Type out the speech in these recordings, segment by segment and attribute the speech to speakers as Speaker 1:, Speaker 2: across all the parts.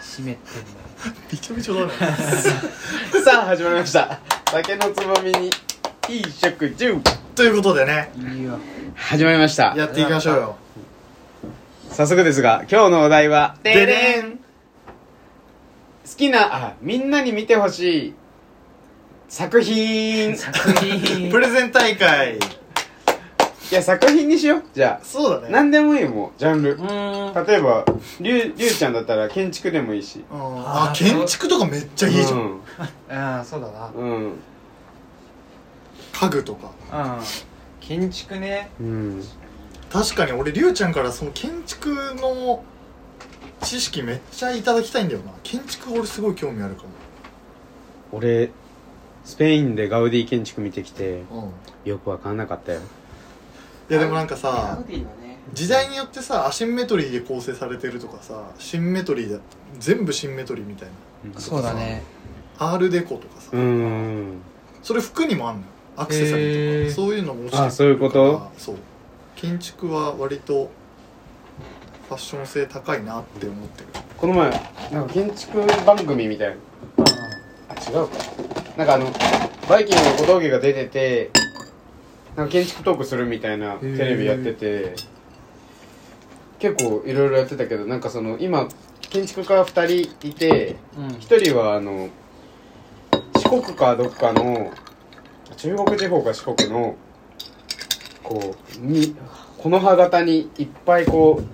Speaker 1: 湿ってんだ
Speaker 2: びちょびちょだね
Speaker 3: さあ始まりました酒のつまみにいい食中
Speaker 2: ということでね
Speaker 1: よいいよ
Speaker 3: 始まりました
Speaker 2: やっていきましょうよ
Speaker 3: 早速ですが今日のお題は
Speaker 2: でで
Speaker 3: 好
Speaker 2: ん
Speaker 3: きなあみんなに見てほしい作品い
Speaker 1: 作品
Speaker 2: プレゼン大会
Speaker 3: や作品にしようじゃ
Speaker 2: そう
Speaker 3: あ
Speaker 2: だね
Speaker 3: 何でもいいよもうジャンル
Speaker 1: うーん
Speaker 3: 例えばりゅうりゅうちゃんだったら建築でもいいし
Speaker 2: うん
Speaker 1: あー
Speaker 2: あ建築とかめっちゃいいじゃん、
Speaker 1: ああそうだな
Speaker 3: うんうん、
Speaker 2: 家具とか
Speaker 1: うん建築ね
Speaker 3: うん、
Speaker 2: 確かに俺りゅうちゃんからその建築の知識めっちゃいただきたいんだよな建築俺すごい興味あるか
Speaker 3: 俺スペインでガウディ建築見てきて
Speaker 2: らうん
Speaker 3: よくわかんなかったよ
Speaker 2: いやでもなんか
Speaker 1: ガ
Speaker 2: さ
Speaker 1: ウディのね
Speaker 2: 時代によってさアシンメトリーで構成されてるとかさシンメトリーだ全部シンメトリーみたいな
Speaker 1: そうだね
Speaker 2: アールデコとかさ、
Speaker 3: うん
Speaker 2: それ服にもあんのよアクセサリ
Speaker 1: へー
Speaker 2: ーとかそういうのも
Speaker 3: あそういうこと
Speaker 2: そう建築は割とファッション性高いなって思ってる
Speaker 3: この前なんか建築番組みたいなあ違うかなんかあのバイキングの小峠が出ててなんか建築トークするみたいなテレビやってて結構いろいろやってたけどなんかその今建築家2人いて
Speaker 1: うんうん
Speaker 3: 1人はあの四国かどっかの中国地方か四国のこうにこの葉型にいっぱいこう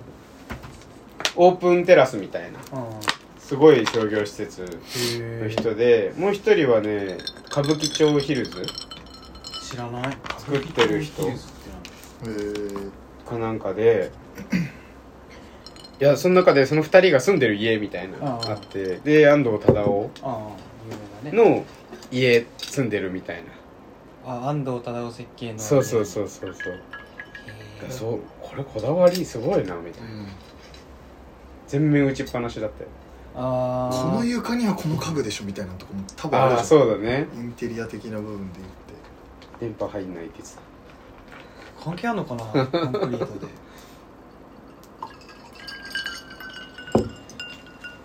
Speaker 3: オープンテラスみたいな
Speaker 1: うん
Speaker 3: すごい商業施設の
Speaker 1: へえ
Speaker 3: 人でもう一人はね歌舞伎町ヒルズ
Speaker 1: 知らない
Speaker 3: 作ってる人
Speaker 2: へー
Speaker 3: かなんかでいやその中でその二人が住んでる家みたいな
Speaker 1: ああ
Speaker 3: あってで安藤忠雄
Speaker 1: ああ有名だね
Speaker 3: の家住んでるみたいな
Speaker 1: あ安藤忠雄設計の
Speaker 3: そうそうそううそうそう
Speaker 1: そ
Speaker 3: そうこれこだわりすごいなみたいな全面打ちっぱなしだったよ
Speaker 1: あ
Speaker 2: こ
Speaker 1: あ
Speaker 2: の床にはこの家具でしょみたいなとこも多分あるじ
Speaker 3: ああ
Speaker 2: ゃん
Speaker 3: そうだね
Speaker 2: インテリア的な部分で言って
Speaker 3: 電波入んないって言ってた
Speaker 1: 関係あんのかなコンクリー トで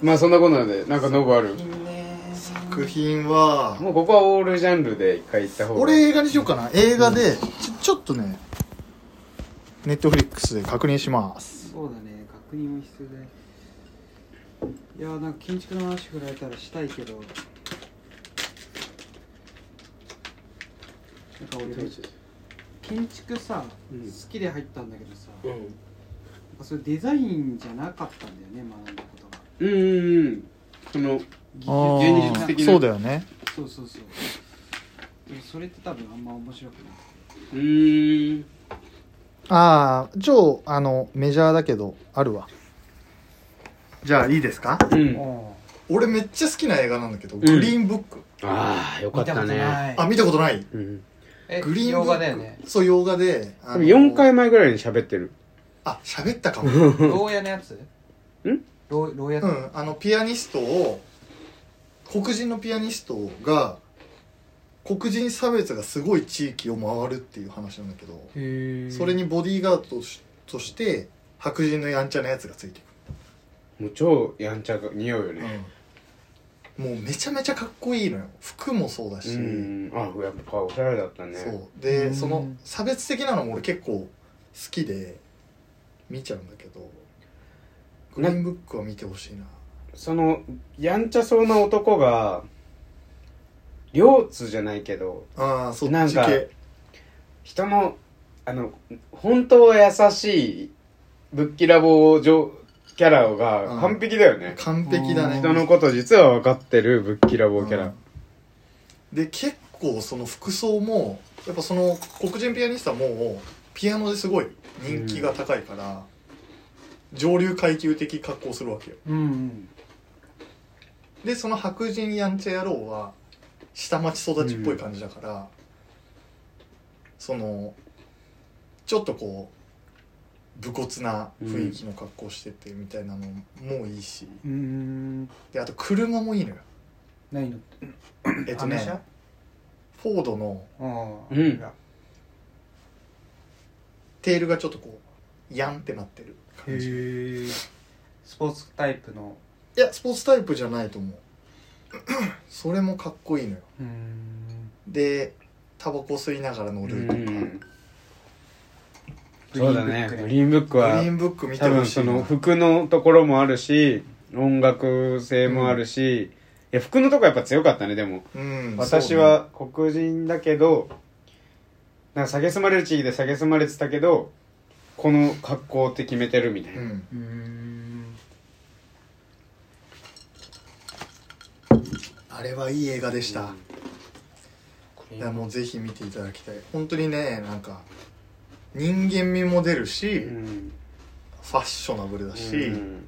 Speaker 3: まあそんなことなんでなんかノブある
Speaker 1: いいね
Speaker 2: 作品は
Speaker 3: もうここはオールジャンルで一回行った方が
Speaker 2: 俺映画にしようかな映画でちょちょっとねネットフリックスで確認します
Speaker 1: そうだね確認も必要でいやーなんか建築の話振られたらしたいけどなんか俺建築さ、
Speaker 3: うん
Speaker 1: 好きで入ったんだけどさ、
Speaker 3: う
Speaker 1: なん
Speaker 3: ん
Speaker 1: かそれデザインじゃなかったんだよね学んだことが
Speaker 3: うんうんうんその
Speaker 1: 技術
Speaker 2: あー
Speaker 3: 芸術的な
Speaker 2: そうだよね
Speaker 1: そうそうそうでもそれって多分あんま面白くないう
Speaker 3: ーん
Speaker 2: ああ超あのメジャーだけどあるわじゃあいいですか
Speaker 3: うん
Speaker 2: 俺めっちゃ好きな映画なんだけど、
Speaker 3: ん
Speaker 2: グリーンブック
Speaker 3: ああよかったね
Speaker 1: い
Speaker 2: あ見たことない
Speaker 3: うん、
Speaker 1: え
Speaker 2: グリーンブッ
Speaker 1: 洋
Speaker 2: ク
Speaker 1: 画だよね
Speaker 2: そう洋画で
Speaker 3: 多
Speaker 2: あ
Speaker 3: 分4回前ぐらいに喋ってる
Speaker 2: あ喋ったかもうん
Speaker 1: 牢屋のやつ
Speaker 3: ん
Speaker 1: 牢牢屋
Speaker 2: あのピアニストを黒人のピアニストが黒人差別がすごい地域を回るっていう話なんだけど、
Speaker 1: へえ
Speaker 2: それにボディーガードとしとして白人のやんちゃなやつがついて
Speaker 3: もう超やんちゃが似合うよ
Speaker 2: くる、
Speaker 3: ね
Speaker 2: うん、もうめちゃめちゃかっこいいのよ服もそうだ
Speaker 3: う
Speaker 2: し、
Speaker 3: んあやっぱおしゃれだったね
Speaker 2: そう
Speaker 1: う
Speaker 2: で
Speaker 1: ん
Speaker 2: その差別的なのも俺結構好きで見ちゃうんだけどグリーンブックは見てほしいな
Speaker 3: そのやんちゃそうな男が両津じゃないけど
Speaker 2: ああそっ
Speaker 3: なん
Speaker 2: ち
Speaker 3: か
Speaker 2: 系
Speaker 3: 人のあの本当は優しいぶっきらぼうじょキャラ
Speaker 2: う
Speaker 3: が
Speaker 2: ん
Speaker 3: 完璧だよね、
Speaker 2: 完璧だね
Speaker 3: 人のこと実は分かってるぶっきらぼうキャラ、
Speaker 2: うんで結構その服装もやっぱその黒人ピアニストはもうピアノですごい人気が高いから、上流階級的格好をするわけよ
Speaker 1: うんうん
Speaker 2: でその白人やんちゃ野郎は下町育ちっぽい感じだから、そのちょっとこう武骨な雰囲気の格好しててみたいなのもいいし、
Speaker 1: うーん
Speaker 2: であと車もいいのよ
Speaker 1: 何の
Speaker 2: えっと
Speaker 1: アメ車
Speaker 2: ねフォードの
Speaker 1: ああ
Speaker 3: うん
Speaker 2: テールがちょっとこうヤンってなってる感じ
Speaker 1: へえスポーツタイプの
Speaker 2: いやスポーツタイプじゃないと思う それもかっこいいのよ
Speaker 1: うん
Speaker 2: でタバコ吸いながら乗
Speaker 3: う
Speaker 2: るとか、グ
Speaker 3: んそうだねグリーンブック
Speaker 2: リ
Speaker 3: は
Speaker 2: ーンブック見て
Speaker 3: 多
Speaker 2: ほ
Speaker 3: 分
Speaker 2: しい
Speaker 3: そ
Speaker 2: な
Speaker 3: の服のところもあるし音楽性もあるし、いや服のとこやっぱ強かったねでも
Speaker 2: うん
Speaker 3: 私は黒人だけどなんか蔑まれる地域で蔑まれてたけどこの格好って決めてるみたい
Speaker 2: そう
Speaker 3: な、
Speaker 2: ねうん
Speaker 1: うん
Speaker 2: あれはいい映画でした、いやもうぜひ見ていただきたい本当にねなんか人間味も出るし、
Speaker 3: う
Speaker 2: フ
Speaker 3: ん
Speaker 2: ァッショナブルだし、
Speaker 3: う
Speaker 2: うん
Speaker 3: ん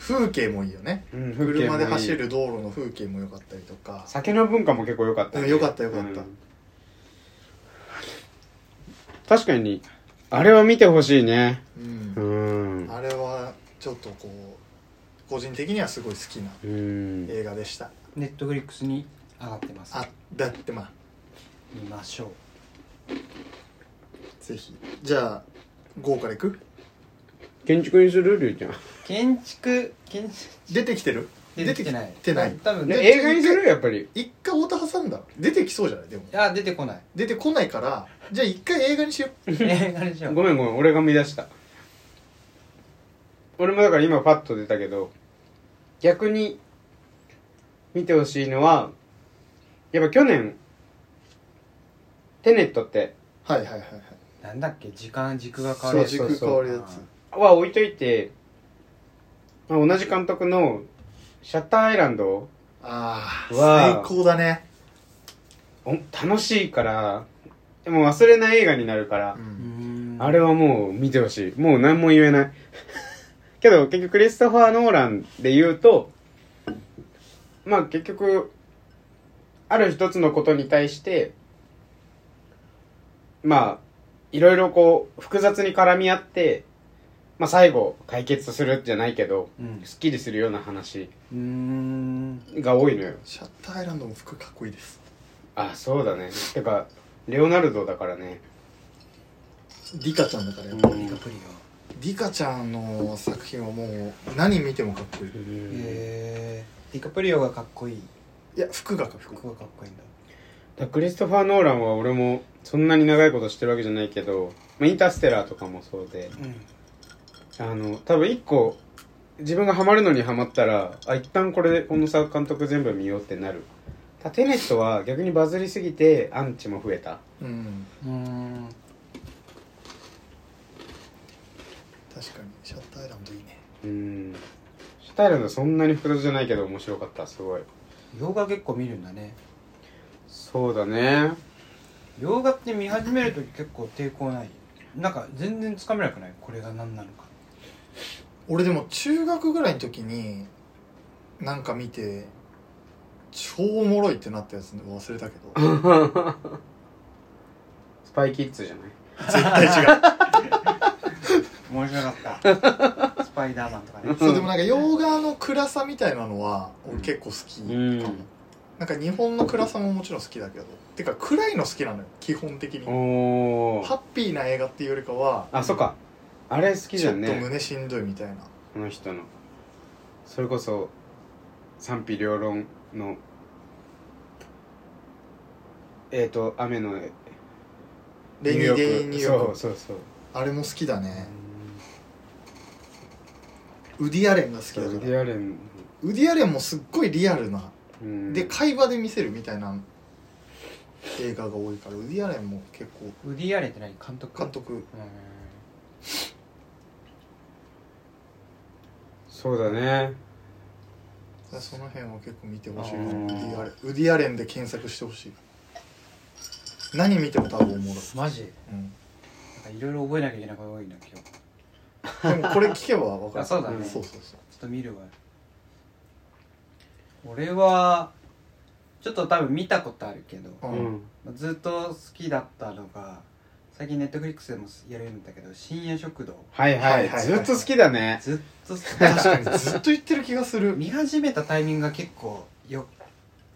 Speaker 2: 風景もいいよね
Speaker 3: うん、風景もいい
Speaker 2: 車で走る道路の風景も良かったりとか
Speaker 3: 酒の文化も結構良かった、
Speaker 2: うん良かった良かった
Speaker 3: 確かにあれは見てほしいね
Speaker 2: うん
Speaker 3: うん
Speaker 2: あれはちょっとこう個人的にはすごい好きな
Speaker 3: うん
Speaker 2: 映画でした
Speaker 1: ネットフリックスに上がってます
Speaker 2: あだってまあ
Speaker 1: 見ましょう
Speaker 2: ぜひじゃあ5からいく
Speaker 3: 建築にするりゅうちゃん
Speaker 1: 建築建築
Speaker 2: 出てきてる
Speaker 1: 出てきてない
Speaker 2: 出てきてない
Speaker 1: 多分
Speaker 3: ね
Speaker 1: ね
Speaker 3: 映画にするやっぱり
Speaker 2: 一回太田挟んだの出てきそうじゃないでも
Speaker 1: いや出て こない
Speaker 2: 出てこないからじゃあ一回映画にしよう
Speaker 1: 映画にしよ
Speaker 3: ご
Speaker 1: う
Speaker 3: めんごめん俺が見出した俺もだから今パッと出たけど逆に見てほしいのはやっぱ去年テネットって
Speaker 2: はいはいはいはい
Speaker 1: なんだっけ時間軸が変わる
Speaker 2: そ
Speaker 1: や
Speaker 2: う
Speaker 1: つ
Speaker 3: そう
Speaker 2: 軸変わるやつ
Speaker 3: は置いといて、まあ、同じ監督のシャッターアイランド
Speaker 2: あ
Speaker 3: うわ
Speaker 2: あ最
Speaker 3: ー
Speaker 2: 高だね
Speaker 3: お楽しいからでも忘れない映画になるから
Speaker 2: う、
Speaker 1: うんん
Speaker 3: あれはもう見てほしいもう何も言えない けど結局クリストファー・ノーランで言うとまあ結局ある一つのことに対してまあいろいろこう複雑に絡み合って、まあ、最後解決するじゃないけど
Speaker 1: うん
Speaker 3: すっきりするような話
Speaker 1: うん
Speaker 3: が多いのよ
Speaker 2: シャッターアイランドも服かっこいいです
Speaker 3: あそうだねてかレオナルドだからね
Speaker 2: リカちゃんだからやっ
Speaker 3: う
Speaker 2: ぱり
Speaker 3: ん
Speaker 1: ディカプリ
Speaker 2: リカちゃんの作品はもう何見てもかっこいい
Speaker 1: オへえディカプリオがかっこいい
Speaker 2: いや服がかっこいい
Speaker 1: 服がかっこいいんだ
Speaker 3: だクリストファー・ノーランは俺もそんなに長いことしてるわけじゃないけど、まあ、インターステラーとかもそうであの多分一個自分がハマるのにハマったらあ一旦これでこの作監督全部見ようってなるただテネットは逆にバズりすぎてアンチも増えた
Speaker 2: うん
Speaker 1: うんうん
Speaker 2: 確かにシャッターアイランドいいね
Speaker 3: うんシュタイランドそんなに複雑じゃないけど面白かったすごい
Speaker 1: 洋画結構見るんだね
Speaker 3: そうだね
Speaker 1: 洋画って見始めるとき結構抵抗ないなんか全然つかめなくないこれが何なのか
Speaker 2: 俺でも中学ぐらいの時になんか見て超おもろいってなったやつ忘れたけど
Speaker 3: スパイキッズじゃない
Speaker 2: 絶対違う
Speaker 1: 面白かった スパイダーマンとかね
Speaker 2: そうでもなんか洋画の暗さみたいなのは俺結構好きかも、
Speaker 3: うん
Speaker 2: なんか日本の暗さももちろん好きだけどてか暗いの好きなのよ基本的に
Speaker 3: お
Speaker 2: ハ
Speaker 3: ー
Speaker 2: ッピーな映画っていうよりかは
Speaker 3: あそっかあれ好き
Speaker 2: ち
Speaker 3: じ
Speaker 2: ょ
Speaker 3: ゃ
Speaker 2: っと
Speaker 3: んね
Speaker 2: 胸しんどいみたいな
Speaker 3: この人のそれこそ賛否両論のえっ、ー、と雨の
Speaker 2: レイニーデイニューヨーク
Speaker 3: そうそうそう
Speaker 2: あれも好きだねウディ・アレンが好きだ
Speaker 3: ウ
Speaker 2: か
Speaker 3: デ
Speaker 2: ら
Speaker 3: ィアレン、
Speaker 2: ウディ・アレンもすっごいリアルな
Speaker 3: うん、
Speaker 2: で会話で見せるみたいな映画が多いからウディ・アレンも結構
Speaker 1: ウディアレンって何監督
Speaker 2: 監督
Speaker 1: う
Speaker 3: そうだね
Speaker 2: その辺は結構見てほしいな
Speaker 3: あ
Speaker 2: ウデ
Speaker 3: ー
Speaker 2: ィ・アレンウディ・アレンで検索してほしい何見ても多分おもろい、
Speaker 1: んマジなん
Speaker 2: うん
Speaker 1: かいろいろ覚えなきゃいけないこと多いな今日ちょ
Speaker 2: でもこれ聞けば分か る
Speaker 1: あそうだね
Speaker 2: んそうそうそう
Speaker 1: っと見るわ俺はちょっと多分見たことあるけど
Speaker 2: う
Speaker 3: うんん
Speaker 1: ずっと好きだったのが最近ネットフリックスでもやるんだけど深夜食堂
Speaker 3: はいはい,、
Speaker 2: はいはいはい
Speaker 3: ずっと好きだね
Speaker 1: ずっと好き
Speaker 2: 確かにずっと言ってる気がする
Speaker 1: 見始めたタイミングが結構よ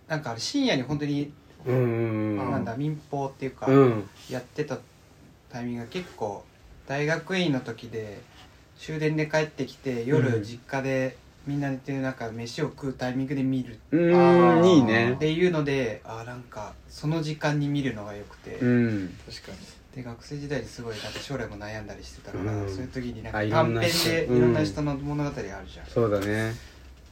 Speaker 1: なんかあれ深夜に本当に、
Speaker 3: うんうんう
Speaker 2: あ
Speaker 3: ん
Speaker 1: なんだ民放っていうか、
Speaker 3: うん
Speaker 1: やってたタイミングが結構大学院の時で終電で帰ってきて
Speaker 3: う
Speaker 1: 夜
Speaker 3: ん
Speaker 1: 実家でみんな寝てる中飯を食うタイミングで見る
Speaker 3: う
Speaker 2: あ
Speaker 3: ーん
Speaker 2: ー
Speaker 3: いいね
Speaker 1: っていうのであーなんかその時間に見るのが良くて、
Speaker 3: うん
Speaker 2: 確かに
Speaker 1: で学生時代にすごいなんか将来も悩んだりしてたから、
Speaker 3: うん
Speaker 1: そういう時になんか
Speaker 3: あいろん
Speaker 1: 短
Speaker 3: な人
Speaker 1: 編でいろんな人の物語があるじゃん、
Speaker 3: そうだね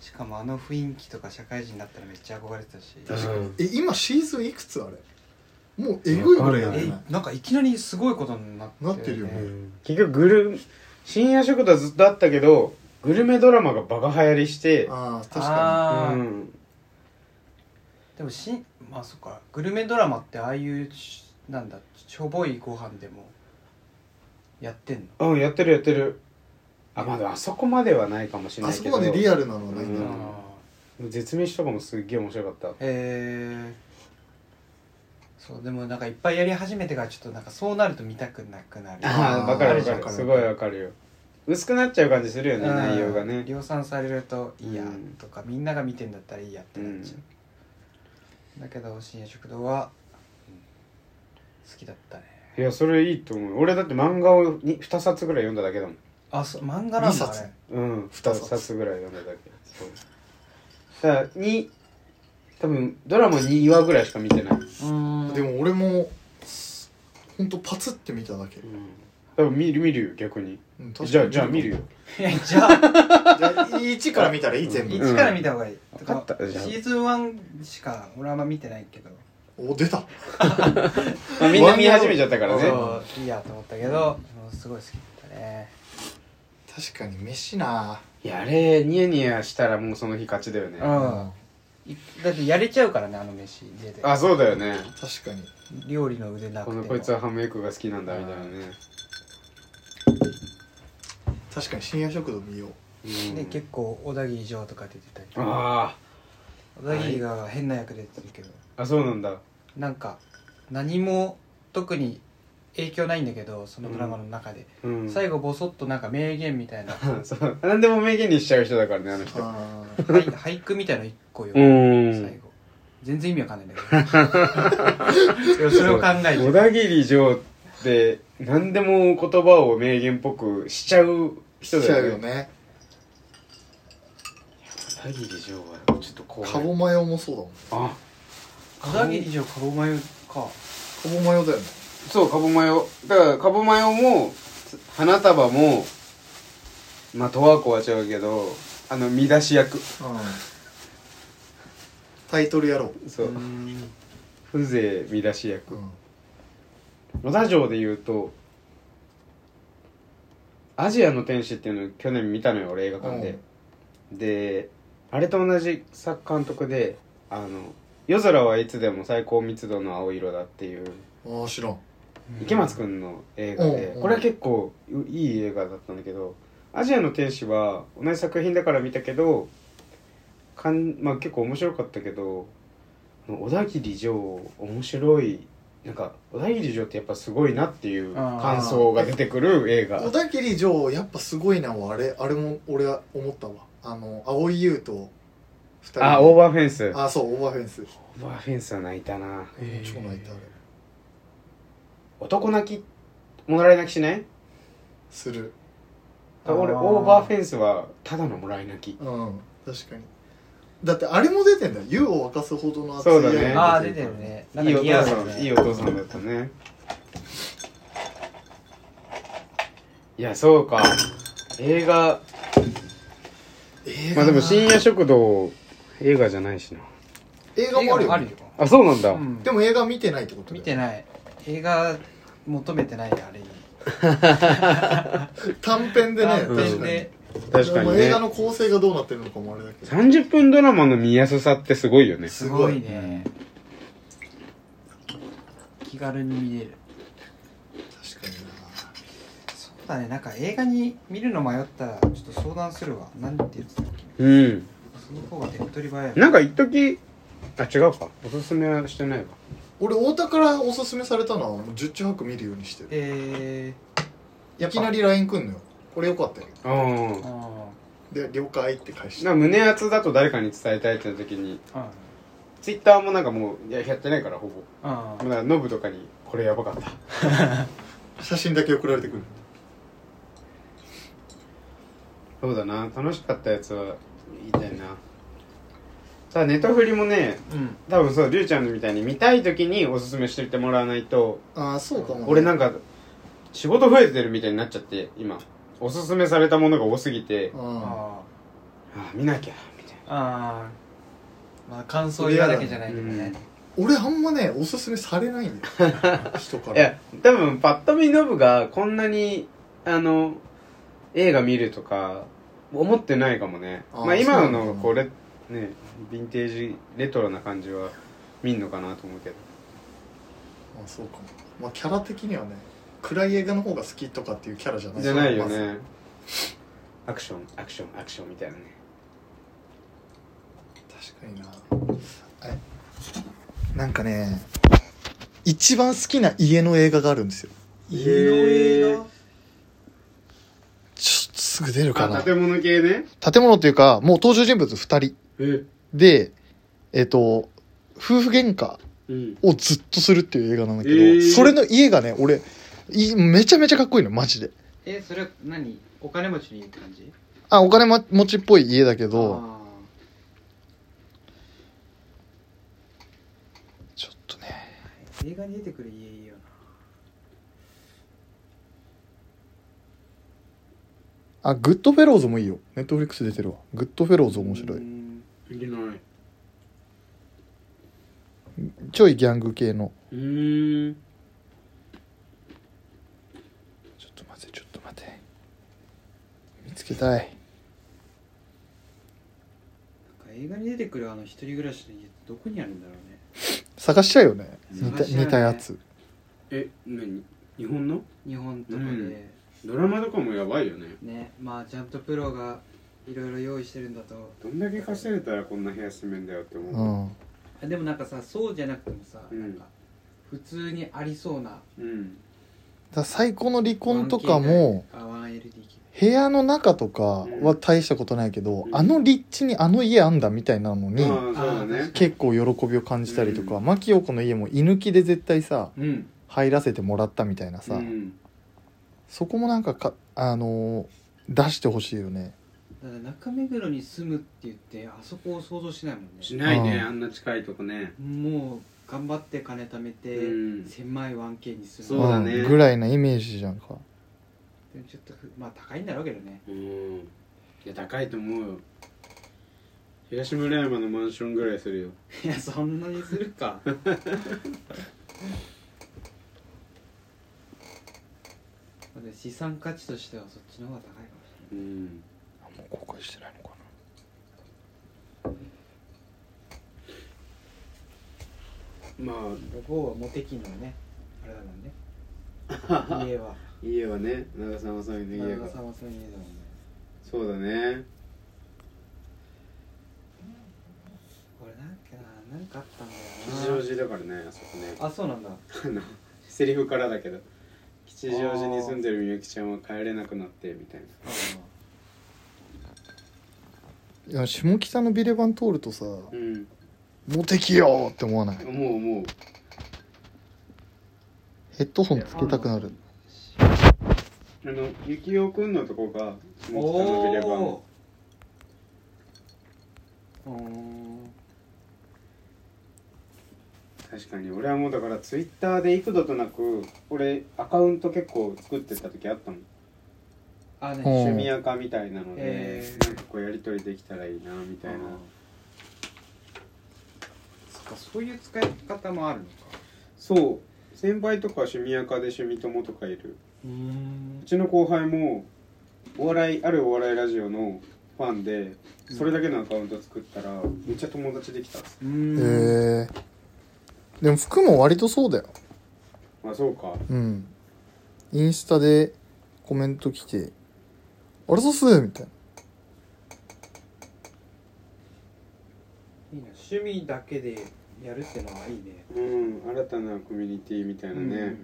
Speaker 1: しかもあの雰囲気とか社会人だったらめっちゃ憧れてたし
Speaker 3: 確かに
Speaker 2: え今シーズンいくつあれもうえぐいぐらいやって
Speaker 1: え
Speaker 2: ない
Speaker 1: なんかいきなりすごいことになって
Speaker 2: なってるよね
Speaker 3: 結局グル深夜食堂ずっとあったけどグルメドラマがバカ流行りして
Speaker 2: ああ確か
Speaker 1: ああ、
Speaker 3: うん
Speaker 1: でもしんまあそっかグルメドラマってああいうしなんだしょぼいご飯でもやってんの
Speaker 3: うんやってるやってるあまだあそこまではないかもしれ
Speaker 2: にあ
Speaker 3: ない
Speaker 2: そ
Speaker 3: け
Speaker 2: こ
Speaker 3: ど
Speaker 2: までリアルなのはないんだ
Speaker 3: う
Speaker 2: ろう
Speaker 1: あ
Speaker 2: な
Speaker 1: ー
Speaker 3: 絶滅とかもすっげえ面白かった
Speaker 1: えー、そうでもなんかいっぱいやり始めてからちょっとなんかそうなると見たくなくなる
Speaker 3: あ
Speaker 2: ー
Speaker 3: あわかるわ
Speaker 2: わ
Speaker 3: か
Speaker 2: かるわか
Speaker 3: る
Speaker 2: る
Speaker 3: すごいわかるよ薄くなっちゃう感じするよね
Speaker 1: うん
Speaker 3: 内容がね
Speaker 1: 量産されるといいや
Speaker 3: うん
Speaker 1: とか、みんなが見てんだったらいいやってなっちゃう、だけど深夜食堂は、うん好きだったね
Speaker 3: いやそれいいと思う俺だって漫画をに2冊ぐらい読んだだけだもん
Speaker 1: あそう漫画なん
Speaker 2: 二
Speaker 1: だあ
Speaker 2: 冊
Speaker 1: れ
Speaker 3: うん
Speaker 2: 二
Speaker 3: 2
Speaker 2: 冊
Speaker 3: 冊ぐらい読んだだけそうだからに多分ドラマ2話ぐらいしか見てない、
Speaker 1: うん
Speaker 2: でも俺もほんとパツって見ただけ
Speaker 3: 多分見る見るよ逆に
Speaker 2: うん確かに
Speaker 3: じゃあじゃあ見るよ
Speaker 1: いやじゃあ
Speaker 2: じゃあ1から見たらいい全部
Speaker 1: 1から見た方がいい、
Speaker 3: ん
Speaker 1: とか
Speaker 3: わかったじゃあ
Speaker 1: シーズン1しか俺はあんま見てないけど
Speaker 2: お出た
Speaker 3: まあみんな見始めちゃったからね
Speaker 1: そういいやと思ったけど、うんすごい好きだったね
Speaker 2: 確かに飯ない
Speaker 3: やあれニヤニヤしたらもうその日勝ちだよね
Speaker 1: うんいだってやれちゃうからねあの飯家で
Speaker 3: あそうだよね
Speaker 2: 確かに
Speaker 1: 料理の腕なく
Speaker 3: こ
Speaker 1: ても
Speaker 3: のこいつはハムエッグが好きなんだみたいなね
Speaker 2: 確かに深夜食堂見よう
Speaker 3: うん
Speaker 1: で結構小田切城とか出てたり
Speaker 3: あ
Speaker 1: 小田切が変な役で出てるけど、
Speaker 3: ああそうなんだ
Speaker 1: なんか何も特に影響ないんだけどそのドラマの中で、
Speaker 3: うん
Speaker 1: 最後ボソッとなんか名言みたいな
Speaker 3: そう何でも名言にしちゃう人だからねあの人
Speaker 2: あー
Speaker 1: はい俳句みたいなの一個よ、最
Speaker 3: ん
Speaker 1: 後全然意味わかんないんだけど でもそれを考え
Speaker 3: 小
Speaker 1: て
Speaker 3: 田切城って何でも言葉を名言っぽくしちゃう人
Speaker 2: しち
Speaker 3: だ
Speaker 2: ゃ
Speaker 3: よ
Speaker 2: う
Speaker 3: ね
Speaker 2: よね
Speaker 3: 小田切城はちょっと怖い
Speaker 2: カボマヨもそうだもん
Speaker 3: あ
Speaker 1: 小田切城カボマヨか
Speaker 2: カボマヨだよね
Speaker 3: そうカボマヨだからカボマヨも花束もまあ十和子は違うけどあの見出し役
Speaker 2: うんタイトルやろう
Speaker 3: そうう
Speaker 1: ーん
Speaker 3: 風情見出し役
Speaker 2: うん
Speaker 3: 野田城で言うと「アジアの天使」っていうのを去年見たのよ俺映画館で、であれと同じ作監督で「あの夜空はいつでも最高密度の青色だ」っていう
Speaker 2: ああ知らん
Speaker 3: 池松くんの映画で、
Speaker 2: うん
Speaker 3: これは結構いい映画だったんだけど「アジアの天使」は同じ作品だから見たけどかん、まあ、結構面白かったけど小田切城面白いなんか小田切城ってやっぱすごいなっていう感想が出てくる映画
Speaker 2: 小田切城やっぱすごいなはあれあれも俺は思ったわあの蒼井優と二人
Speaker 3: あオーバーフェンス
Speaker 2: あそうオーバーフェンス
Speaker 3: オーバーフェンスは泣いたな
Speaker 1: へー
Speaker 2: 超泣いたあれ
Speaker 3: 男泣きもらい泣きしない
Speaker 2: する
Speaker 3: 俺
Speaker 1: あー
Speaker 3: オーバーフェンスはただのもらい泣き
Speaker 2: うん確かにだってあれも出てんだ湯を沸かすほどの熱い
Speaker 3: そうだね
Speaker 1: ああ出てるねなん
Speaker 3: いい
Speaker 1: か
Speaker 3: お
Speaker 1: 似合
Speaker 3: 父
Speaker 1: う
Speaker 3: さ
Speaker 1: よ
Speaker 3: ん、
Speaker 1: ね
Speaker 3: いいお父さんだったね。いや、そうか。映画、
Speaker 2: 映画
Speaker 3: まあでも深
Speaker 2: 映
Speaker 3: 夜食堂、映画じゃないしな。
Speaker 2: 画もある
Speaker 1: 映画
Speaker 2: よ,、
Speaker 1: もあるよ
Speaker 3: あ、そうなんだ。
Speaker 1: うん
Speaker 2: でも映画見てないってことだ
Speaker 1: 見
Speaker 2: よ
Speaker 1: てない映画求めてないねあれに
Speaker 2: 短編でね
Speaker 1: 短編で
Speaker 3: 確か
Speaker 2: でも
Speaker 3: に
Speaker 2: 映
Speaker 3: ね
Speaker 2: 画。の構成がどうなってるのかもあれだけど
Speaker 3: 30分ドラマの見やすさってすごいよね。
Speaker 1: すごいね気軽に見れる
Speaker 2: 確かにな
Speaker 1: そうだねなんか映画に見るの迷ったらちょっと相談するわなんて言ってたっけ
Speaker 3: うん。
Speaker 1: その方が手っ取り早い
Speaker 3: なんか一時あ、違うか。おすすめはしてないわ。
Speaker 2: 俺太田からおすすめされたのはもう十中八九見るようにしてる
Speaker 1: え
Speaker 2: いきなり LINE くんのよこれよかったよ
Speaker 3: あー
Speaker 1: ー、あ
Speaker 2: で了解って返して
Speaker 3: なんか胸熱だと誰かに伝えたいって時に、
Speaker 1: ーあ
Speaker 3: ツイッターもなんかもう、いや、やってないから、ほぼ。
Speaker 1: あ
Speaker 3: まだノブとかに、これやばかった。
Speaker 2: 写真だけ送られてくる
Speaker 3: そうだな楽しかったやつは言いたいなさあネタフリもね
Speaker 1: うん
Speaker 3: 多分そうりゅうちゃんみたいに見たい時におすすめしてってもらわないと
Speaker 2: ああそうかも、ね、
Speaker 3: 俺なんか仕事増えてるみたいになっちゃって今おすすめされたものが多すぎて
Speaker 2: あ
Speaker 1: あ
Speaker 3: ああ見なきゃみたいな
Speaker 1: あああまあ感想言わなきゃじゃないけど
Speaker 3: う
Speaker 1: ね
Speaker 3: ん
Speaker 2: 俺あんまねおすすめされないんだよ 人か
Speaker 3: い
Speaker 2: ら
Speaker 3: や多分パッと見ノブがこんなにあの映画見るとか思ってないかもね
Speaker 2: あー
Speaker 3: まあ
Speaker 2: そう
Speaker 3: 今
Speaker 2: なんだ
Speaker 3: のこれねヴィンテージレトロな感じは見んのかなと思うけど
Speaker 2: あそうかもまあキャラ的にはね暗い映画の方が好きとかっていうキャラじゃない
Speaker 3: じゃないよ
Speaker 2: まず
Speaker 3: ねアクションアクションアクションみたいなね
Speaker 2: 確かになあれなんかね一番好きな家の映画があるんですよ
Speaker 1: 家の映画
Speaker 2: ちょっとすぐ出るか
Speaker 3: あ
Speaker 2: な
Speaker 3: 建物系ね
Speaker 2: 建物っていうかもう登場人物2人
Speaker 3: え
Speaker 2: でえっ、と夫婦喧嘩
Speaker 3: うん
Speaker 2: をずっとするっていう映画なんだけど、
Speaker 3: えー
Speaker 2: それの家がね俺いめちゃめちゃかっこいいのマジで
Speaker 1: えそれは何お金持ちにいいって感じ
Speaker 2: あお金も持ちっぽい家だけど
Speaker 1: あ
Speaker 2: ちょっとね
Speaker 1: あ映画に出てくる家いいよな
Speaker 2: あグッドフェローズもいいよネットフリックス出てるわグッドフェローズ面白
Speaker 1: う
Speaker 2: い
Speaker 1: ん
Speaker 3: いけない
Speaker 2: ちょいギャング系の
Speaker 3: うーん
Speaker 2: ちょっと待ってちょっと待って見つけた
Speaker 1: な
Speaker 2: い
Speaker 1: んか映画に出てくるあの一人暮らしの家ってどこにあるんだろうね
Speaker 2: 探しちゃうよね似た
Speaker 1: 探しちゃうね
Speaker 2: 似たやつ
Speaker 3: え何日本の
Speaker 1: 日本とかで、
Speaker 3: うんドラマとかもやばいよね
Speaker 1: ねまあちゃんとプロがいろいろ用意してるんだと
Speaker 3: どんだけ稼いだらこんな部屋住めんだよって思う、
Speaker 2: うん
Speaker 1: あでもなんかさそうじゃなくてもさ、
Speaker 3: うん
Speaker 1: なんか普通にありそうな
Speaker 3: うん
Speaker 2: だ最高の離婚とかも
Speaker 1: 1K あ 1LDK
Speaker 2: 部屋の中とかは大したことないけど、
Speaker 3: うん
Speaker 2: あの立地にあの家あんだみたいなのに、
Speaker 3: ああそうだね
Speaker 2: 結構喜びを感じたりとか、
Speaker 3: うん
Speaker 2: 牧陽子の家も居抜きで絶対さ
Speaker 3: うん
Speaker 2: 入らせてもらったみたいなさ、
Speaker 3: うん
Speaker 2: そこもなんかか、あのー出してほしいよね
Speaker 1: だから中目黒に住むって言ってあそこを想像しないもん
Speaker 3: し
Speaker 1: ね
Speaker 3: ないね
Speaker 2: うん
Speaker 3: あんな近いとこね
Speaker 1: もう頑張って金貯めて、
Speaker 3: うん
Speaker 1: 狭い 1K に住む
Speaker 3: そうだね
Speaker 2: んぐらいなイメージじゃんか
Speaker 1: でもちょっとふまあ高いんだろうけどね
Speaker 3: うんいや高いと思うよ東村山のマンションぐらいするよ
Speaker 1: いやそんなにするか まあでも資産価値としてはそっちの方が高いかもし
Speaker 3: うん
Speaker 2: もう公開してないのか
Speaker 1: れない
Speaker 3: まあ
Speaker 1: 某はモテ期のねあれだもん ね家は
Speaker 3: 家はね長澤まさみの家
Speaker 1: 長
Speaker 3: が
Speaker 1: 澤まさみの家だもんね
Speaker 3: そうだね
Speaker 1: 俺なんかななんかあったん
Speaker 3: 吉
Speaker 1: だよ
Speaker 3: 祥寺だからねあそこね
Speaker 1: なあそうなんだ
Speaker 3: あのセリフからだけど吉祥寺に住んでるみゆきちゃんは帰れなくなってみたいな
Speaker 2: ないや下北のビレバン通るとさ
Speaker 3: うん
Speaker 2: モテキよーって思わない
Speaker 3: 思う思う
Speaker 2: ヘッドホンつけたくなる
Speaker 3: あの、ゆきおくんのとこが、下
Speaker 1: お
Speaker 3: 北のビレバン
Speaker 1: お。ーお
Speaker 3: 確かに、俺はもうだから、ツイッターで幾度となく、俺、アカウント結構作ってた時あったの。
Speaker 1: あね
Speaker 2: うん
Speaker 3: 趣味アカみたいなので
Speaker 1: へ、ー
Speaker 3: なんかこうやりとりできたらいいな、みたいな。
Speaker 1: そっかそういう使い方もあるのか
Speaker 3: そう。先輩とか趣味アカで趣味友とかいる。
Speaker 1: うん
Speaker 3: うちの後輩も、お笑い、あるお笑いラジオのファンで、それだけのアカウント作ったら、めっちゃ友達できたっつって。
Speaker 1: う
Speaker 2: へ
Speaker 1: ん
Speaker 2: えー、でも服も割とそうだよ
Speaker 3: まあ、そうか。
Speaker 2: うんインスタでコメント来て「あれそうっす」みたいない
Speaker 1: いな趣味だけでやるってのはいいね
Speaker 3: うん、新たなコミュニティみたいなね。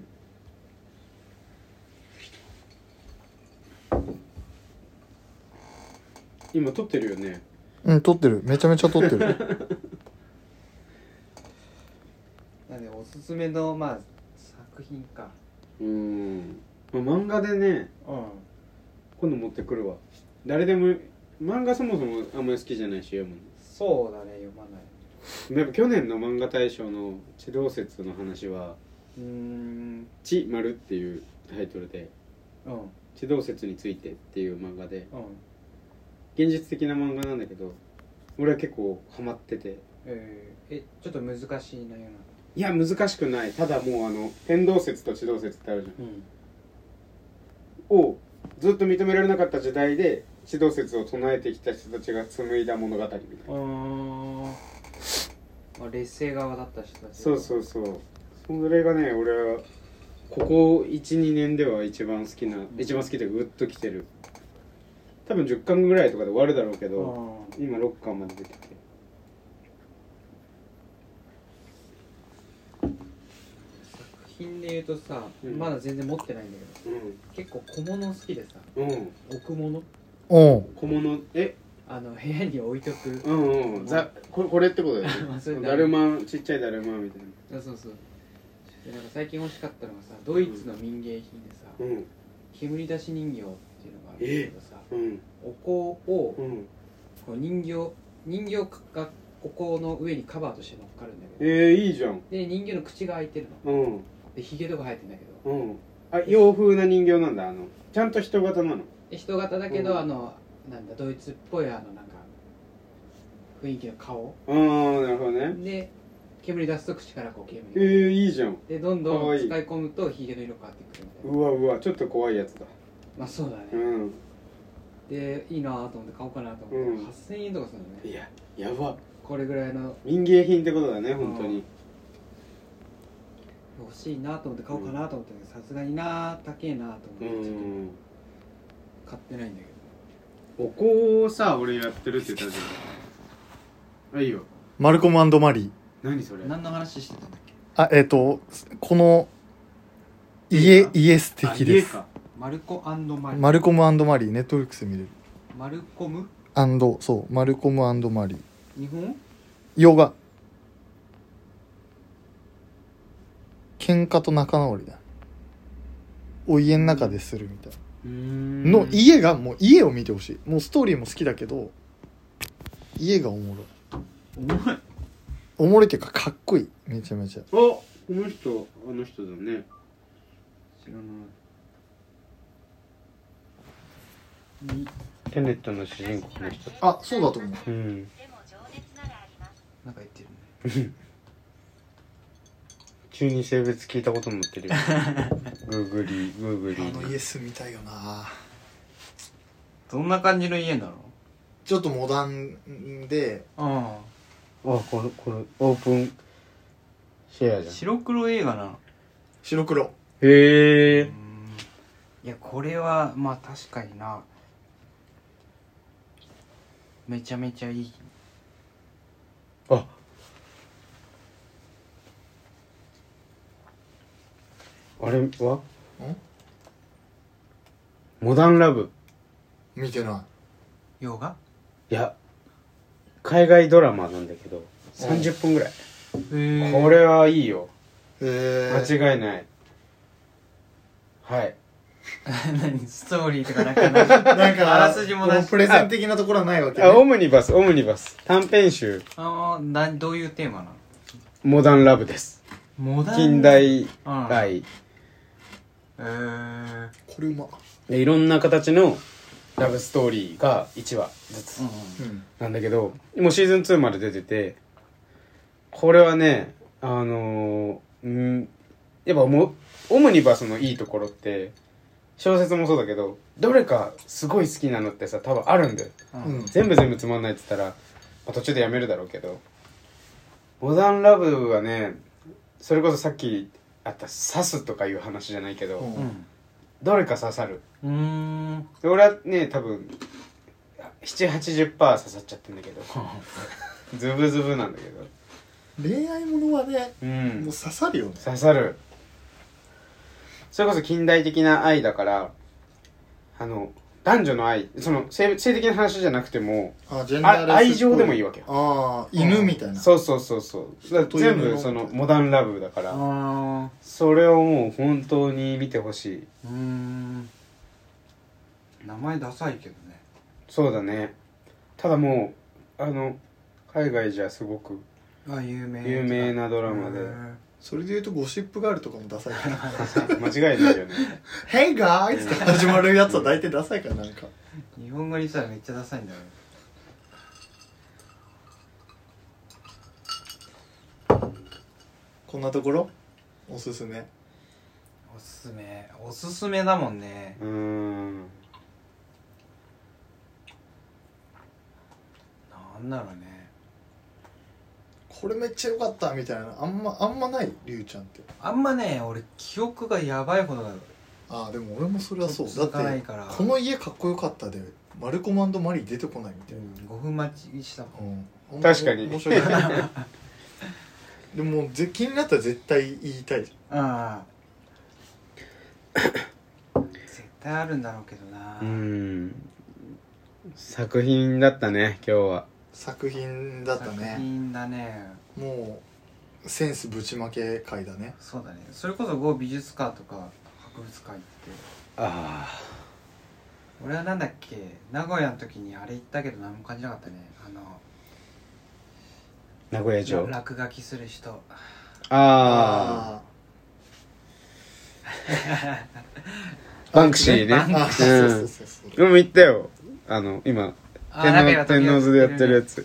Speaker 3: 今撮ってるよね
Speaker 2: うん撮ってるめちゃめちゃ撮ってる
Speaker 1: なんでおすすめのまあ作品か
Speaker 3: うん、まあ、漫画でね
Speaker 1: うん
Speaker 3: 今度持ってくるわ誰でも漫画そもそもあんまり好きじゃないし読む
Speaker 1: そうだね読まない
Speaker 3: のやっぱ去年の漫画大賞の「地動説」の話は
Speaker 1: うーん
Speaker 3: 「地丸」っていうタイトルで
Speaker 1: うんうん
Speaker 3: 「地動説について」っていう漫画で現実的な漫画なんだけど俺は結構ハマってて
Speaker 1: えー、えちょっと難しい内容ない
Speaker 3: や難しくないただもうあの天動説と地動説ってあるじゃん
Speaker 1: のうん
Speaker 3: をずっと認められなかった時代で地動説を唱えてきた人たちが紡いだ物語みたいな
Speaker 1: あーまあ劣勢側だった人たち
Speaker 3: そう
Speaker 1: う
Speaker 3: そうそうそれがね俺はここ12年では一番好きな、一番好きでグッときてる多分10巻ぐらいとかで終わるだろうけど、今6巻まで出てて
Speaker 1: 作品で言うとさ、
Speaker 3: うん
Speaker 1: まだ全然持ってないんだけど結構小物好きでさ
Speaker 3: うんうん
Speaker 1: 置くもの
Speaker 2: うん
Speaker 3: 小物え
Speaker 1: あの部屋に置いとく
Speaker 3: うんうん、うん、ざこれこれってことだよ
Speaker 1: まあそれ
Speaker 3: ねだるまちっちゃいだるまみたいな
Speaker 1: あそうそうでなんか最近欲しかったのがさドイツの民芸品でさ、
Speaker 3: うん
Speaker 1: 煙出し人形っていうのがあるんだけどさ
Speaker 3: うん
Speaker 1: お香をこ
Speaker 3: うん
Speaker 1: う人形人形がお香の上にカバーとして乗っかるんだけ
Speaker 3: え
Speaker 1: ど
Speaker 3: ー、いいじゃん
Speaker 1: で人形の口が開いてるの
Speaker 3: うん
Speaker 1: でひげとか生えてんだけど
Speaker 3: うんあ洋風な人形なんだあのちゃんと人型なの
Speaker 1: で人型だけど、
Speaker 3: うん
Speaker 1: あのなんだドイツっぽいあのなんか雰囲気の顔
Speaker 3: ああなるほどね
Speaker 1: で煙出すと口からこう
Speaker 3: え
Speaker 1: 煙
Speaker 3: ー、いいじゃん
Speaker 1: でどん
Speaker 3: か
Speaker 1: ど
Speaker 3: わ
Speaker 1: ん
Speaker 3: いい
Speaker 1: 使い込むとひげの色変わってくるみたいな
Speaker 3: うわうわちょっと怖いやつだ
Speaker 1: まあそうだね、
Speaker 3: うん
Speaker 1: でいいなと思って買おうかなと思って、
Speaker 3: うん
Speaker 1: 8000円とかするのね
Speaker 3: いややば
Speaker 1: これぐらいの
Speaker 3: 民芸品ってことだね本当に
Speaker 1: 欲しいなと思って買おうかなと思ったけどさすがにな高えなと
Speaker 3: う
Speaker 1: 思って
Speaker 3: ん
Speaker 1: 買ってないんだけ
Speaker 3: お香をさ俺やってるって言ったじゃんあいいよ
Speaker 2: マルコムマリー
Speaker 3: 何それ
Speaker 1: ど何の話してたんだっけ
Speaker 2: あえっ、とこの家家素
Speaker 3: あ
Speaker 2: 敵です
Speaker 3: 家か
Speaker 1: マルコマリ
Speaker 2: マルコムマリーネットフリックスで見れる
Speaker 1: マルコム
Speaker 2: アンドそうマルコムマリー
Speaker 1: 日本
Speaker 2: 洋画喧嘩と仲直りだお家の中でするみたいう
Speaker 3: ーん
Speaker 2: なの家がもう家を見てほしいもうストーリーも好きだけど家がおもろい
Speaker 1: おもろい
Speaker 2: おもろいっていうかかっこいいめちゃめちゃ
Speaker 3: あこの人あの人だね
Speaker 1: 知らないに
Speaker 3: テネットの主人公の人
Speaker 2: あそうだと思う
Speaker 3: うん
Speaker 1: なんか言ってるね
Speaker 3: 急に性別聞いたことになってる よグーグリーグーグリ
Speaker 2: あの家住みたいよな
Speaker 1: どんな感じの家なの
Speaker 2: ちょっとモダンで
Speaker 1: あ
Speaker 3: あこのこのオープンシェア
Speaker 1: あ
Speaker 3: じゃん
Speaker 1: 白黒映画なの
Speaker 2: 白黒
Speaker 3: へえ
Speaker 1: いやこれはまあ確かになめちゃめちゃいい
Speaker 3: ああれはモダンラブ
Speaker 2: 見てな
Speaker 1: 洋画
Speaker 3: いや海外ドラマなんだけど30分ぐらいこれはいいよ
Speaker 2: いへえ
Speaker 3: 間違いないはい
Speaker 1: 何ストーリーとかなんかない
Speaker 2: なんか
Speaker 1: あらすじもなし
Speaker 2: このプレゼン的なところはないわけね
Speaker 3: あオムニバスオムニバス短編集
Speaker 1: あーなどういうテーマなの
Speaker 3: モダンラブです
Speaker 1: モダン
Speaker 3: 近代
Speaker 1: うん
Speaker 3: 愛
Speaker 1: えー
Speaker 2: これうま
Speaker 3: でいろんな形のラブストーリーが1話ずつ
Speaker 1: うん
Speaker 2: うん
Speaker 3: なんだけどもうシーズン2まで出ててこれはねあのーうんやっぱもうオムニバスのいいところって小説もそうだけどどれかすごい好きなのってさ多分あるんだよ
Speaker 1: うん
Speaker 2: うん
Speaker 3: 全部全部つまんないって言ったら、まあ途中でやめるだろうけどモダンラブはねそれこそさっきあった「刺す」とかいう話じゃないけど、
Speaker 2: うん
Speaker 1: うん
Speaker 3: どれか刺さる
Speaker 1: うーん
Speaker 3: で俺はね多分780%刺さっちゃってん だけどズブズブなんだけど
Speaker 2: 恋愛ものはね
Speaker 3: う
Speaker 2: もうん刺さるよね
Speaker 3: 刺さるそれこそ近代的な愛だからあの男女の愛その性性的な話じゃなくても
Speaker 2: あジェ
Speaker 3: あ愛情でもいいわけよ
Speaker 2: ああ犬みたいな
Speaker 3: そうそうそうそうだから全
Speaker 2: ちょっと犬
Speaker 3: 部
Speaker 2: の
Speaker 3: そのモダンラブだから
Speaker 1: あ
Speaker 3: それをもう本当に見てほしい
Speaker 1: ーうーん名前ダサいけどね
Speaker 3: そうだねただもうあの海外じゃすごく
Speaker 1: あ有名
Speaker 3: 有名なドラマで
Speaker 1: うん
Speaker 2: それで言うとゴシップガールとかもダサいから
Speaker 3: 間違いないよね
Speaker 2: 「Hey guys!」って始まるやつは大体ダサいからなんか
Speaker 1: 日本語にしたらめっちゃダサいんだよね
Speaker 2: こんなところおすすめ
Speaker 1: おすすめおすすめだもんね
Speaker 3: うーん
Speaker 1: なんだろうね
Speaker 2: これめっちゃ良かったみたいなあんまあんまないりゅうちゃんって
Speaker 1: あんまね俺記憶がやばいほど
Speaker 2: ああでも俺もそれはそうだっ
Speaker 1: 続かない
Speaker 2: て
Speaker 1: から
Speaker 2: この家かっこよかったでマルコマンドマリー出てこないみたいな
Speaker 1: うん5分待ちしたもん
Speaker 2: うん
Speaker 3: 確かに
Speaker 2: 面白いでもぜ気になったら絶対言いたいじ
Speaker 1: ああ絶対あるんだろうけどな、
Speaker 3: うーん作品だったね今日は
Speaker 2: ゃん作品だった
Speaker 1: 作
Speaker 2: ね
Speaker 1: 品だね
Speaker 2: もうセンスぶちまけ回だね
Speaker 1: そうだねそれこそ某美術館とか博物館行って
Speaker 3: あ
Speaker 1: 俺はなんだっけ名古屋の時にあれ行ったけど何も感じなかったね
Speaker 3: 名古
Speaker 1: あ
Speaker 3: 屋城
Speaker 1: の落書きする人
Speaker 3: ああバンクシー
Speaker 1: バン
Speaker 2: ー
Speaker 3: ね
Speaker 2: あそうそうそうそう
Speaker 3: 俺も行ったよあの今
Speaker 1: あ
Speaker 3: 天
Speaker 1: なんか今時々
Speaker 3: 王天王洲でやってるや
Speaker 1: ね
Speaker 3: つ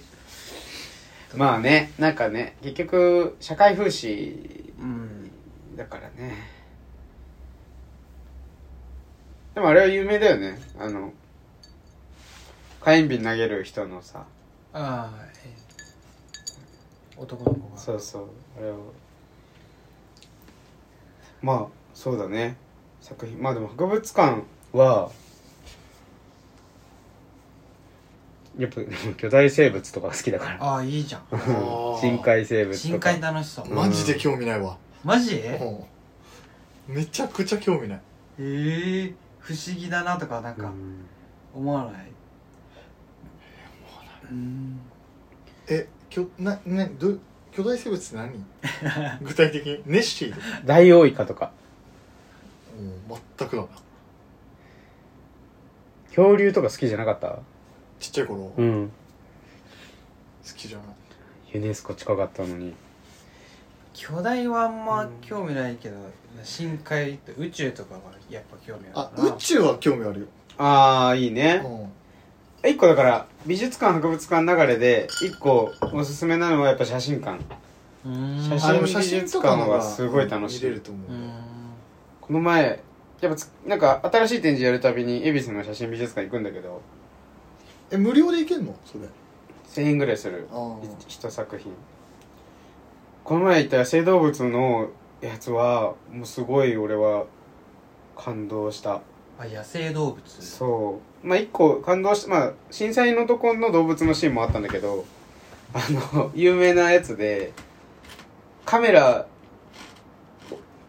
Speaker 3: まあねなんかね結局社会風刺
Speaker 1: うん
Speaker 3: だからねでもあれは有名だよねあの火炎瓶投げる人のさ
Speaker 1: ああ、えー男の子が
Speaker 3: そうそうあれをまあそうだね作品まあでも博物館はやっぱで も巨大生物とか好きだから
Speaker 1: ああいいじゃん
Speaker 2: あー
Speaker 3: 深海生物とか
Speaker 1: 深海楽しそう
Speaker 3: うん
Speaker 2: マジで興味ないわ
Speaker 1: マジ
Speaker 2: うんめちゃくちゃ興味ない
Speaker 1: ええ不思議だなとかなん
Speaker 3: う
Speaker 1: か
Speaker 3: ん
Speaker 1: 思わないうん
Speaker 2: えきょなねど巨大生物って 何具体的にネッシーで
Speaker 3: ダイオウイカとか
Speaker 2: もう全くだな
Speaker 3: 恐竜とか好きじゃなかった
Speaker 2: ちっちゃい頃好
Speaker 3: ん
Speaker 2: きじゃない
Speaker 3: ユネスコ近かったのに
Speaker 1: 巨大はあんま興味ないけど、深海と宇宙とかはやっぱ興味あ
Speaker 2: あ
Speaker 1: るな
Speaker 2: 宇宙は興味あるよ
Speaker 3: ああいいね
Speaker 2: うん
Speaker 3: 一個だから美術館博物館流れで一個おすすめなのはやっぱ写真館
Speaker 1: うーん
Speaker 3: 写
Speaker 2: あ
Speaker 3: 真
Speaker 2: でも写真とかの方
Speaker 3: 美術館は
Speaker 2: が
Speaker 3: すごい楽しい
Speaker 2: 見れると思う
Speaker 1: うー
Speaker 2: ね
Speaker 1: ん
Speaker 3: この前やっぱつなんか新しい展示やるたびに恵比寿の写真美術館行くんだけど
Speaker 2: え無料でいけんのそれ
Speaker 3: 1000円ぐらいする
Speaker 2: あー
Speaker 3: い一作品この前行った野生動物のやつはもうすごい俺は感動した
Speaker 1: あ野生動物
Speaker 3: そうまあ一個感動したまあ震災のとこの動物のシーンもあったんだけどあの有名なやつでカメラ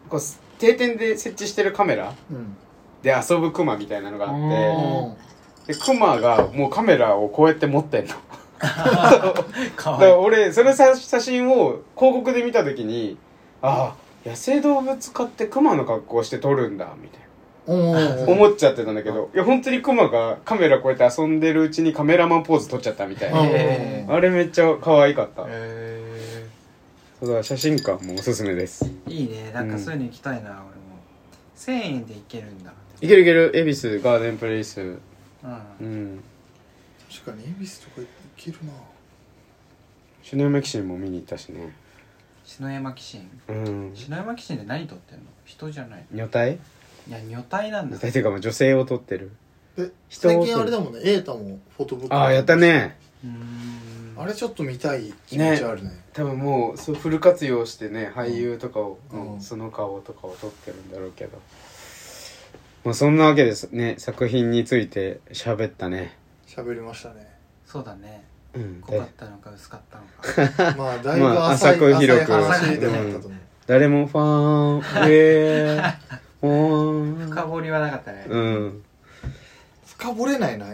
Speaker 3: こう定点で設置してるカメラ
Speaker 2: うん
Speaker 3: で遊ぶクマみたいなのがあ
Speaker 1: う
Speaker 3: っ
Speaker 1: ん
Speaker 3: てでクマがもうカメラをこうやって持ってんのだ
Speaker 1: か
Speaker 3: か
Speaker 1: わいい
Speaker 3: ら俺その写写真を広告で見た時にああ野生動物科ってクマの格好をして撮るんだみたいな
Speaker 2: お
Speaker 3: 思っちゃってたんだけど、いや、本当にクマがカメラこうやって遊んでるうちにカメラマンポーズ撮っちゃったみたいな。
Speaker 1: え
Speaker 3: あれめっちゃ可愛かった。
Speaker 1: え
Speaker 3: そうだ、写真館もおすすめです。
Speaker 1: ー、いいねなんかそういうの行きたいな、俺も1000円で行けるんだ
Speaker 3: いけるいける、恵比寿ガーデンプレイス。
Speaker 1: うん
Speaker 3: うん。
Speaker 2: 確かに恵比寿とかいけるな
Speaker 3: 篠山紀信も見に行ったしね。
Speaker 1: 篠山紀信
Speaker 3: うん。
Speaker 1: 篠山紀信で何撮ってんの人じゃない
Speaker 3: 女体
Speaker 1: いや女体なんだ
Speaker 3: 女体っていうか、まあ女性を撮ってる。
Speaker 2: え
Speaker 3: 人を
Speaker 2: 最近あれだもんね瑛太もフォトブック
Speaker 3: ああ、やったね。
Speaker 1: うーん
Speaker 2: あれちょっと見たい気持ちあるね
Speaker 3: 多分もう、そう、フル活用してね、俳優とかを、
Speaker 2: うん
Speaker 3: その顔とかを撮ってるんだろうけど。まあ、そんなわけですね、作品について喋ったね。
Speaker 2: 喋りました ね
Speaker 1: そうだね
Speaker 3: うん。
Speaker 1: 濃かったのか薄かったのか
Speaker 2: まあだいぶ
Speaker 3: まあ
Speaker 2: 浅い
Speaker 3: 浅く
Speaker 2: 浅い
Speaker 3: 広く
Speaker 2: 話でもあったと思う
Speaker 3: 誰もファン、ウェー、ファ
Speaker 1: 深
Speaker 3: ン。
Speaker 1: 掘りはなかったね、
Speaker 3: うん。
Speaker 2: 深掘れないな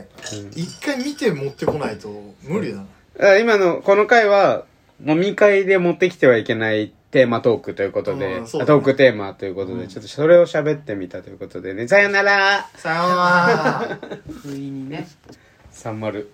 Speaker 2: 一回見て持ってこないと無理だな
Speaker 3: あ今の、この回は、飲み会で持ってきてはいけないテーマトークということで、
Speaker 2: う
Speaker 3: あ
Speaker 2: んそうだね
Speaker 3: トークテーマということで、
Speaker 1: うん
Speaker 3: ちょっとそれを喋ってみたということでね、さよなら
Speaker 2: さようなら
Speaker 1: 不意にね
Speaker 3: 三丸